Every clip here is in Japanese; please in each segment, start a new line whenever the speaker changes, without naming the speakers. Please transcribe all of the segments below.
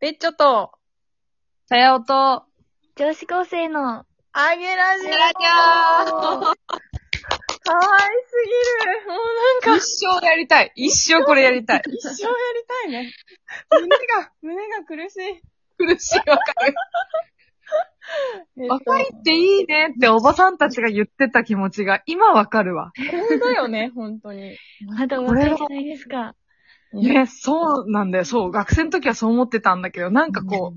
で、ちょっと、
さやおと、
女子高生の、
あげラジオ
ゃー
かわいすぎるもうなんか、
一生やりたい。 一生これやりたい。
一生やりたいね。胸が、胸が苦しい。
苦しい、わかる。
えっと
若いっていいねっておばさんたちが言ってた気持ちが今わかるわ。
本当よね、本当に。
まだお若いじゃないですか。
ね、そうなんだよ。そう、学生の時はそう思ってたんだけど、なんかこ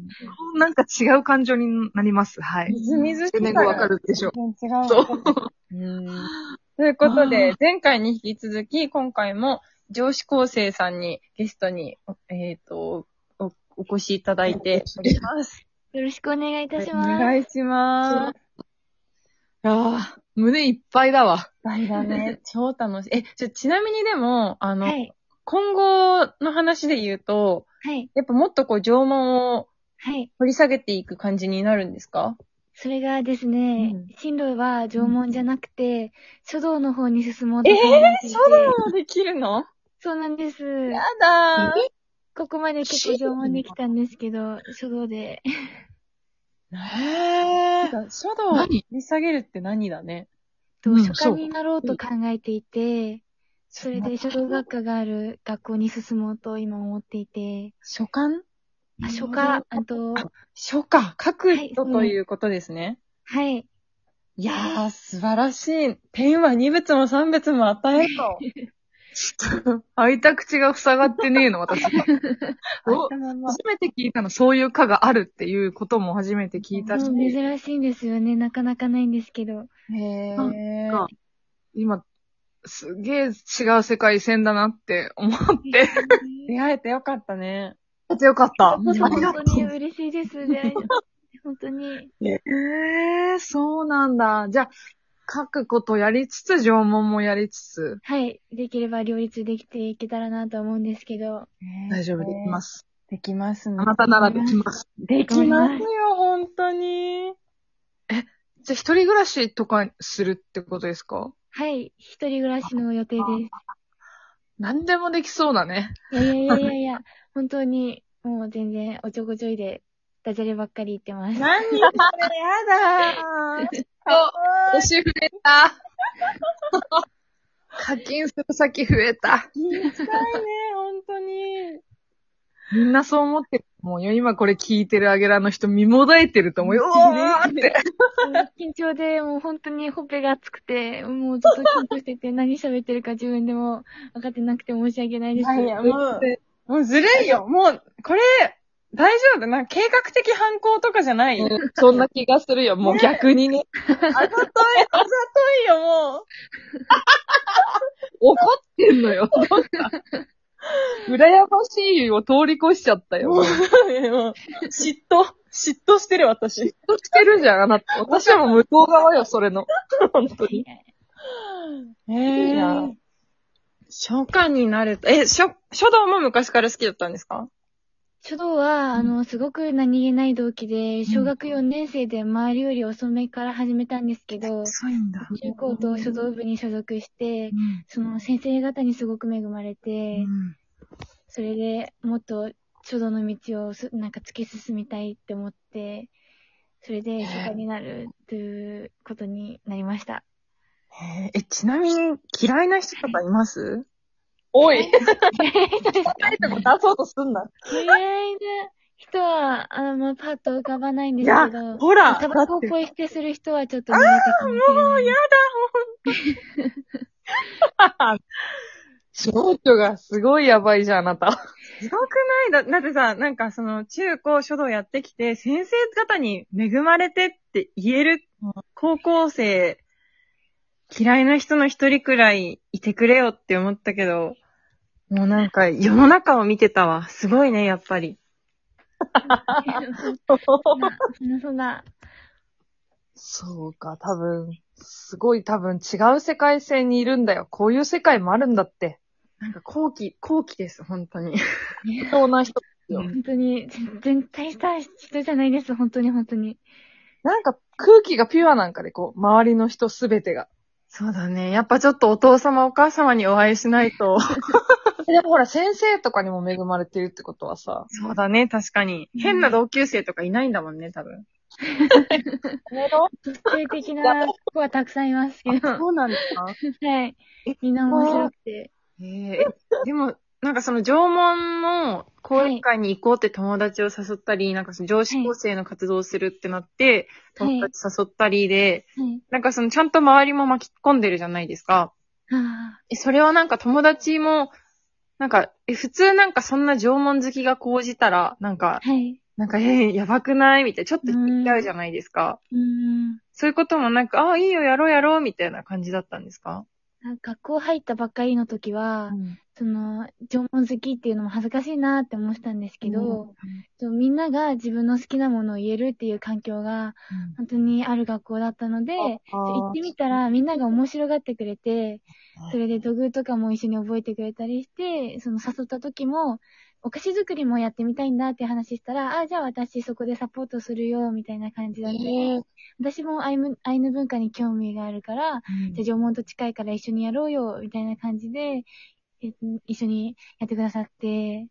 う、なんか違う感情になります。はい。
みずみずし
年
い
後わかるでしょ。
違うわ。
そう
うんということで、前回に引き続き、今回も上司高生さんにゲストに、えっ、とお、お越しいただいております。
よろしくお願いいたし
お
ます。
願いします。
いやー胸いっぱいだわ。
大だ ね。超楽しい。え、ちょ、ちなみにでも、あの、
はい。
今後の話で言うと、
はい。
やっぱもっとこう、縄文を
はい。
掘り下げていく感じになるんですか
それがですね、
うん
進路は縄文じゃなくて、書道の方に進もうと考えていて、
もできるの
そうなんです。
やだ
ここまで結構縄文できたんですけど、書道で。
ー。な
へ
んか書道を掘り下げるって何だね。
と
うん
書家になろうと考えていて、それで書道学科がある学校に進もうと今思っていて、
書簡
あ、書
な
家
る、
あと、
書か。書く
はい
人ということですね。
はい。
いやー、素晴らしい。天は二物も三物も与え と。
開いた口が塞がってねえの、私。 お初めて聞いたの、そういう科があるっていうことも初めて聞いたし
そう、珍しいんですよね。なかなかないんですけど。
へ
なん
ー
か。今、すげえ違う世界線だなって 思って。
出会えてよかったね。。
よかった。あ
本
りが
当
と
に
う。
嬉しいです。出会えて本当に。
ええそうなんだ。じゃあ、書くことやりつつ、縄文もやりつつ、
はい。できれば両立できていけたらなと思うんですけど。
大丈夫できますす。
できますね。
あなたならできます。
できますよ、本当に。
じゃあ、一人暮らしとかするってことですか
はい。一人暮らしの予定で
何でもできそうだね。
す。いやいやいやいやいや、本当に、もう全然おちょこちょいで、ダジャレばっかり言ってます。
何それやだー。かわいい
年増えた。課金する先増えた。
聞きたいね、本当に。
みんなそう思ってると思うよ。今これ聞いてるアゲラの人、身もだえてると思う よ。うわーって。
緊張で、もう本当にほっぺが熱くて、もうずっと緊張してて、何喋ってるか自分でも分かってなくて申し訳ないです。
いや、もう、もうずるいよ。もう、これ、大丈夫なんか計画的犯行とかじゃないあざとい、
そんな気がするよ。もう逆にね。
あざといよ、も
怒ってん のよ。羨ましいを通り越しちゃったよ。もう嫉
う。いやもう嫉妬、嫉妬してる、私。
妬してるじゃん、あなた。私はもう向こう側よ、それの。本当に。
え
いい
え
な。
書家になると、え、書、書道も昔から好きだったんですか
書道は、あの、すごく何気ない動機で、小学4年生で周りより遅めから始めたんですけど、
そういんだ。
中高と書道部に所属して、その先生方にすごく恵まれて、それでもっと書道の道をすなんか突き進みたいって思って、それで書家になるということになりました。
ええ、ちなみに、嫌いな人とかいます
おい、
誰とも出そうとすんな。
嫌いな人は、あの、まあ、パッと浮かばないんで
い
す
や
けど、、
ほら、
タバコ
だっ
を
て
恋してする人はちょっと苦手かもしれない。
少女がすごいやばいじゃん、あなた。
すごくないだ、だってさ、なんかその中高書道やってきて、先生方に恵まれてって言える高校生、嫌いな人の一人くらいいてくれよって思ったけど、もうなんか世の中を見てたわ。すごいね、やっぱり。
そんな、そんな、
そうか、多分、すごい多分違う世界線にいるんだよ。こういう世界もあるんだって。
なんか後期、後期です、本当に。
そうな人。
本当に、全然大した人じゃないです、本当に本当に。
なんか空気がピュアなんかで、こう、周りの人すべてが。
そうだね。やっぱちょっとお父様お母様にお会いしないと、
でもほら、先生とかにも恵まれてるってことはさ、
そうだね、確かに。変な同級生とかいないんだもんね、多分。
特性的な子はたくさんいますけど、
うなんだ。
はい
え。
みんな面白くて。
ええでも、なんかその縄文の講演会に行こうって友達を誘ったり、なんかその上司高生の活動をするってなって、
はい
友達誘ったりで、
はい。
なんかそのちゃんと周りも巻き込んでるじゃないですか。
あ
え、それはなんか友達も、なんか、え、普通なんかそんな縄文好きが講じたら、なん
あ
か、
はい。
なんか、えーやばくないみたいな、ちょっと言っちゃうじゃないですか。
うーん。
そういうこともなんか、ああ、いいよ、やろうやろう、みたいな感じだったんですか
なんか学校入ったばっかりの時は、
ん。
その、縄文好きっていうのも恥ずかしいなって思ってたんですけど、そうみんなが自分の好きなものを言えるっていう環境が本当にある学校だったので、そう行ってみたらみんなが面白がってくれて、それで土偶とかも一緒に覚えてくれたりして、その誘った時も、お菓子作りもやってみたいんだって話したら、ああ、じゃあ私そこでサポートするよ、みたいな感じだね。私もアイヌアイヌ文化に興味があるから、じゃあ縄文と近いから一緒にやろうよ、みたいな感じで、え一緒にやってくださって、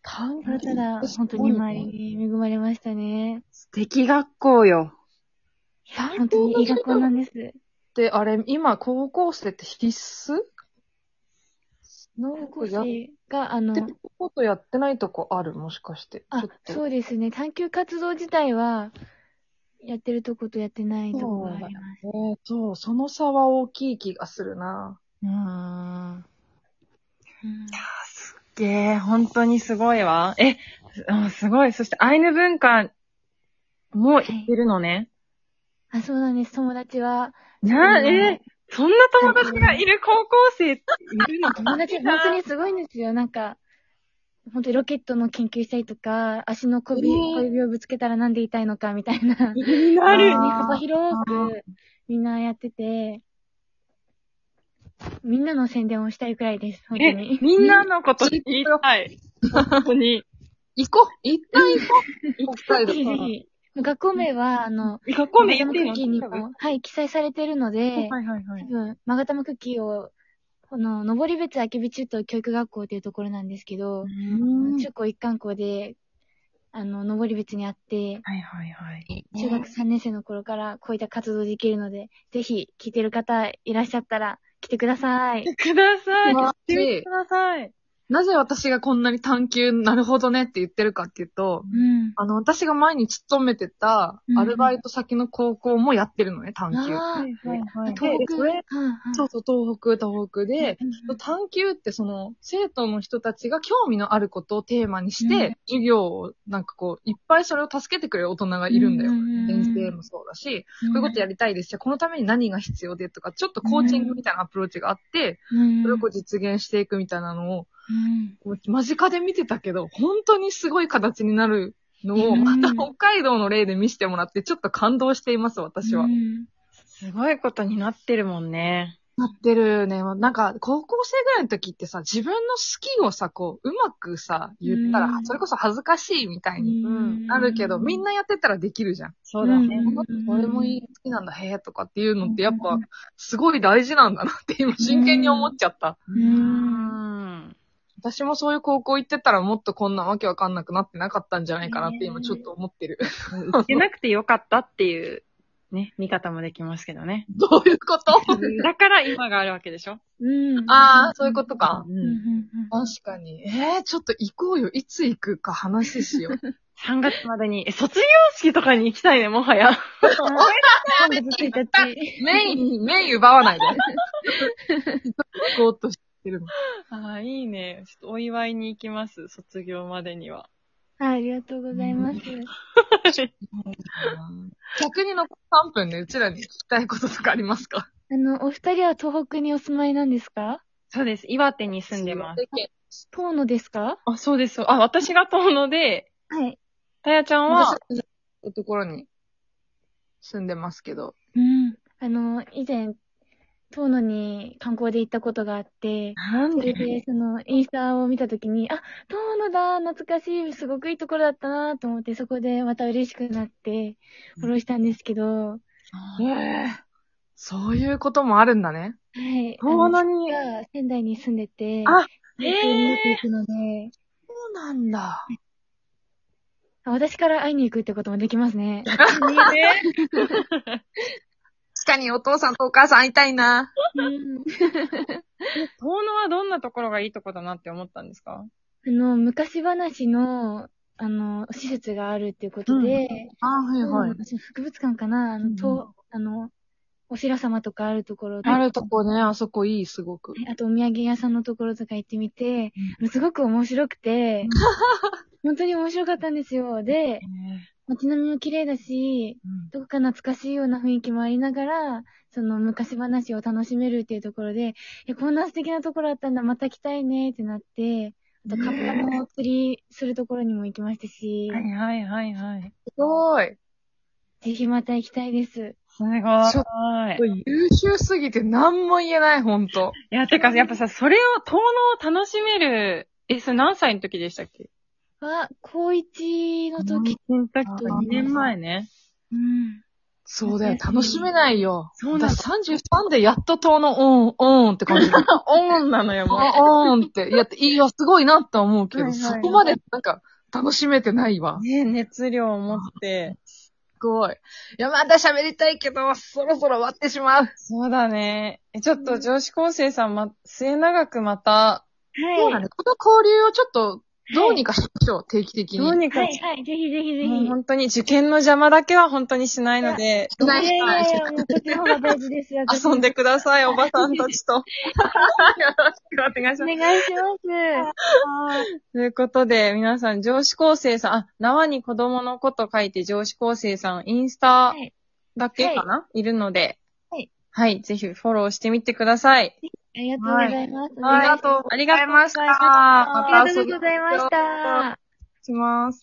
環
ただただ本当に周りに恵まれましたね。
素敵学校よ。
いや、本当にいい学校なんです。
で、あれ、今、高校生って必須なん
高
かやっ
生が、あの
て、ることやってないとこあるもしかして。
あ
ちょっ、と
そうですね。探求活動自体は、やってるとことやってないとこがあります。
ねそう、その差は大きい気がするな。
うーん。
うん
すっげえ、本当にすごいわ。え、うんすごい。そして、アイヌ文化も行ってるのね。
あ、そうなんです。友達は、
な、
うん
え、そんな友達がいる高校生っているの
友達本当にすごいんですよ。なんか、本当にロケットの研究したりとか、足の小指、
えー
小指をぶつけたらなんで痛いのかみたいな、本
気になる。
当に幅広くみんなやってて、みんなの宣伝をしたいくらいです。本当
え
に、。
みんなのこと知りたい。本当に。
行こう一旦行こう北 海
ぜひぜ
道。
ひ。学校名は、あの、
学校名言っ
マ
て
ガ
よ
タマクッキーにも、はい、記載されてるので、
はいはいは
多
い。
分、マガタマクッキーを、この、登別あけび中等教育学校っていうところなんですけど、中高一貫校で、あの、登別にあって、
はいはいはい。
中学3年生の頃からこういった活動できるので、ぜひ聞いてる方いらっしゃったら来てください。
ください。
素
行っ
晴ら
て
しい
みてください。
なぜ私がこんなに探求、なるほどねって言ってるかっていうと、
うん。
あの、私が前に勤めてた
う、ん
アルバイト先の高校もやってるのね、探求。
あー
はいはい
で
東北
それ
うんうん
そうそう、東北、東北で、
うん
探求ってその、生徒の人たちが興味のあることをテーマにして、
うん
授業を、なんかこう、いっぱいそれを助けてくれる大人がいるんだよ。
うんうんうん
先生もそうだし、こういうことやりたいですじゃあこのために何が必要でとか、ちょっとコーチングみたいなアプローチがあって、
うん
それをこう実現していくみたいなのを、
うん
こう間近で見てたけど、本当にすごい形になるの
う
を、
ん
また北海道の例で見せてもらって、ちょっと感動しています、私は。
うん
すごいことになってるもんね。
なってるね。なんか、高校生ぐらいの時ってさ、自分の好きをさ、こう、うまくさ、言ったら、
うん
それこそ恥ずかしいみたいに
うん
なるけど、みんなやってたらできるじゃん。
そうだね。
うん
これもいい、好きなんだ、へえ、とかっていうのって、やっぱ、すごい大事なんだなって今、真剣に思っちゃった。
うん。
私もそういう高校行ってたら、もっとこんなわけわかんなくなってなかったんじゃないかなって今、ちょっと思ってる。
行けなくてよかったっていう、ね、見方もできますけどね。
どういうこと
だから今があるわけでしょ
うん。
ああ、そういうことか。
うんうんうん
確かに。えー、ちょっと行こうよ。いつ行くか話しよう。
3月までに、え、卒業式とかに行きたいね、もはや。
3月1日。
メインに、メイン奪わ ないで。行こうとしてるの。
ああ、いいね。ちょっとお祝いに行きます、卒業までには。
ありがとうございます。
逆に残り3分で、うちらに聞きたいこととかありますか
あの、お二人は東北にお住まいなんですか
そうです。岩手に住んでます。。
遠野ですか
あ、そうです。あ、私が遠野で、
はい。
たやちゃんは
私、のところに住んでますけど。
うん。あの、以前、遠野に観光で行ったことがあって、
なん
それで、その、インスタを見たときに、あ、遠野だ、懐かしい、すごくいいところだったなと思って、そこでまた嬉しくなって、フォローしたんですけど、は
ええそういうこともあるんだね。
い。
遠野
あの
に
父が仙台に住んでて、
あ
体験になっていくので、
そうなんだ。
私から会いに行くってこともできますね。
いいね。
確かにお父さんとお母さん会いたいな。
遠野はどんなところがいいとこだなって思ったんですか
あの、昔話の、あの、施設があるっていうことで、
あはい
うん博物館かなあの、と、あの、お白様とかあるところと
あるとこね、あそこいい、すごく。
あとお土産屋さんのところとか行ってみて、すごく面白く て、本当に面白かったんですよ。で、街並みも綺麗だし、どこか懐かしいような雰囲気もありながら、その昔話を楽しめるっていうところで、え、こんな素敵なところあったんだ、また来たいねってなって、あとカッパの釣りするところにも行きましたし、
はいはいはいはい。
すごい。
ぜひまた行きたいです。
すごい。
ちょ優秀すぎて何も言えない、ほんと。
いや、てか、やっぱさ、それを、遠野を楽しめる、え、それ何歳の時でしたっけ
は、高一の
時
時、
2年前ね。
うん。
そうだよ、楽しめないよ。
そうなんだ
私33でやっと遠のオン、オンって 感じ。
オンなのよ、もう。
オンって。いや、いいよ、すごいなって思うけど、
はいはいはい
そこまでなんか楽しめてないわ。
ね熱量を持って。
すごい。いや、まだ喋りたいけど、そろそろ終わってしまう。
そうだね。え、ちょっと女子高生さん、ま、末永くまた、
そ
は
うだ
い。
ね。この交流をちょっと、どうにかしましょう、定期的に。
どうにか、
はい、はい、ぜひぜひぜ
もう
ひ。
本当に受験の邪魔だけは本当にしないので、
しない
い
しな
やい
い
やいや、もうこっちの方が大事ですよ。
遊んでください、おばさんた ちと。
よろしくお願いし
お
ます。
願いします。
ということで、皆さん、上司高生さん、あ、縄に子供のこと書いて上司高生さん、インスタ
はい
だけかな、い、るので、
はい。
はい、ぜひフォローしてみてください。
ありがとうございます。
はい
ありがとう
あり
ご
がと
ざいう
ござい
ま
ま
し
した
た。
ありがと
遊
う
び
ございました。
します。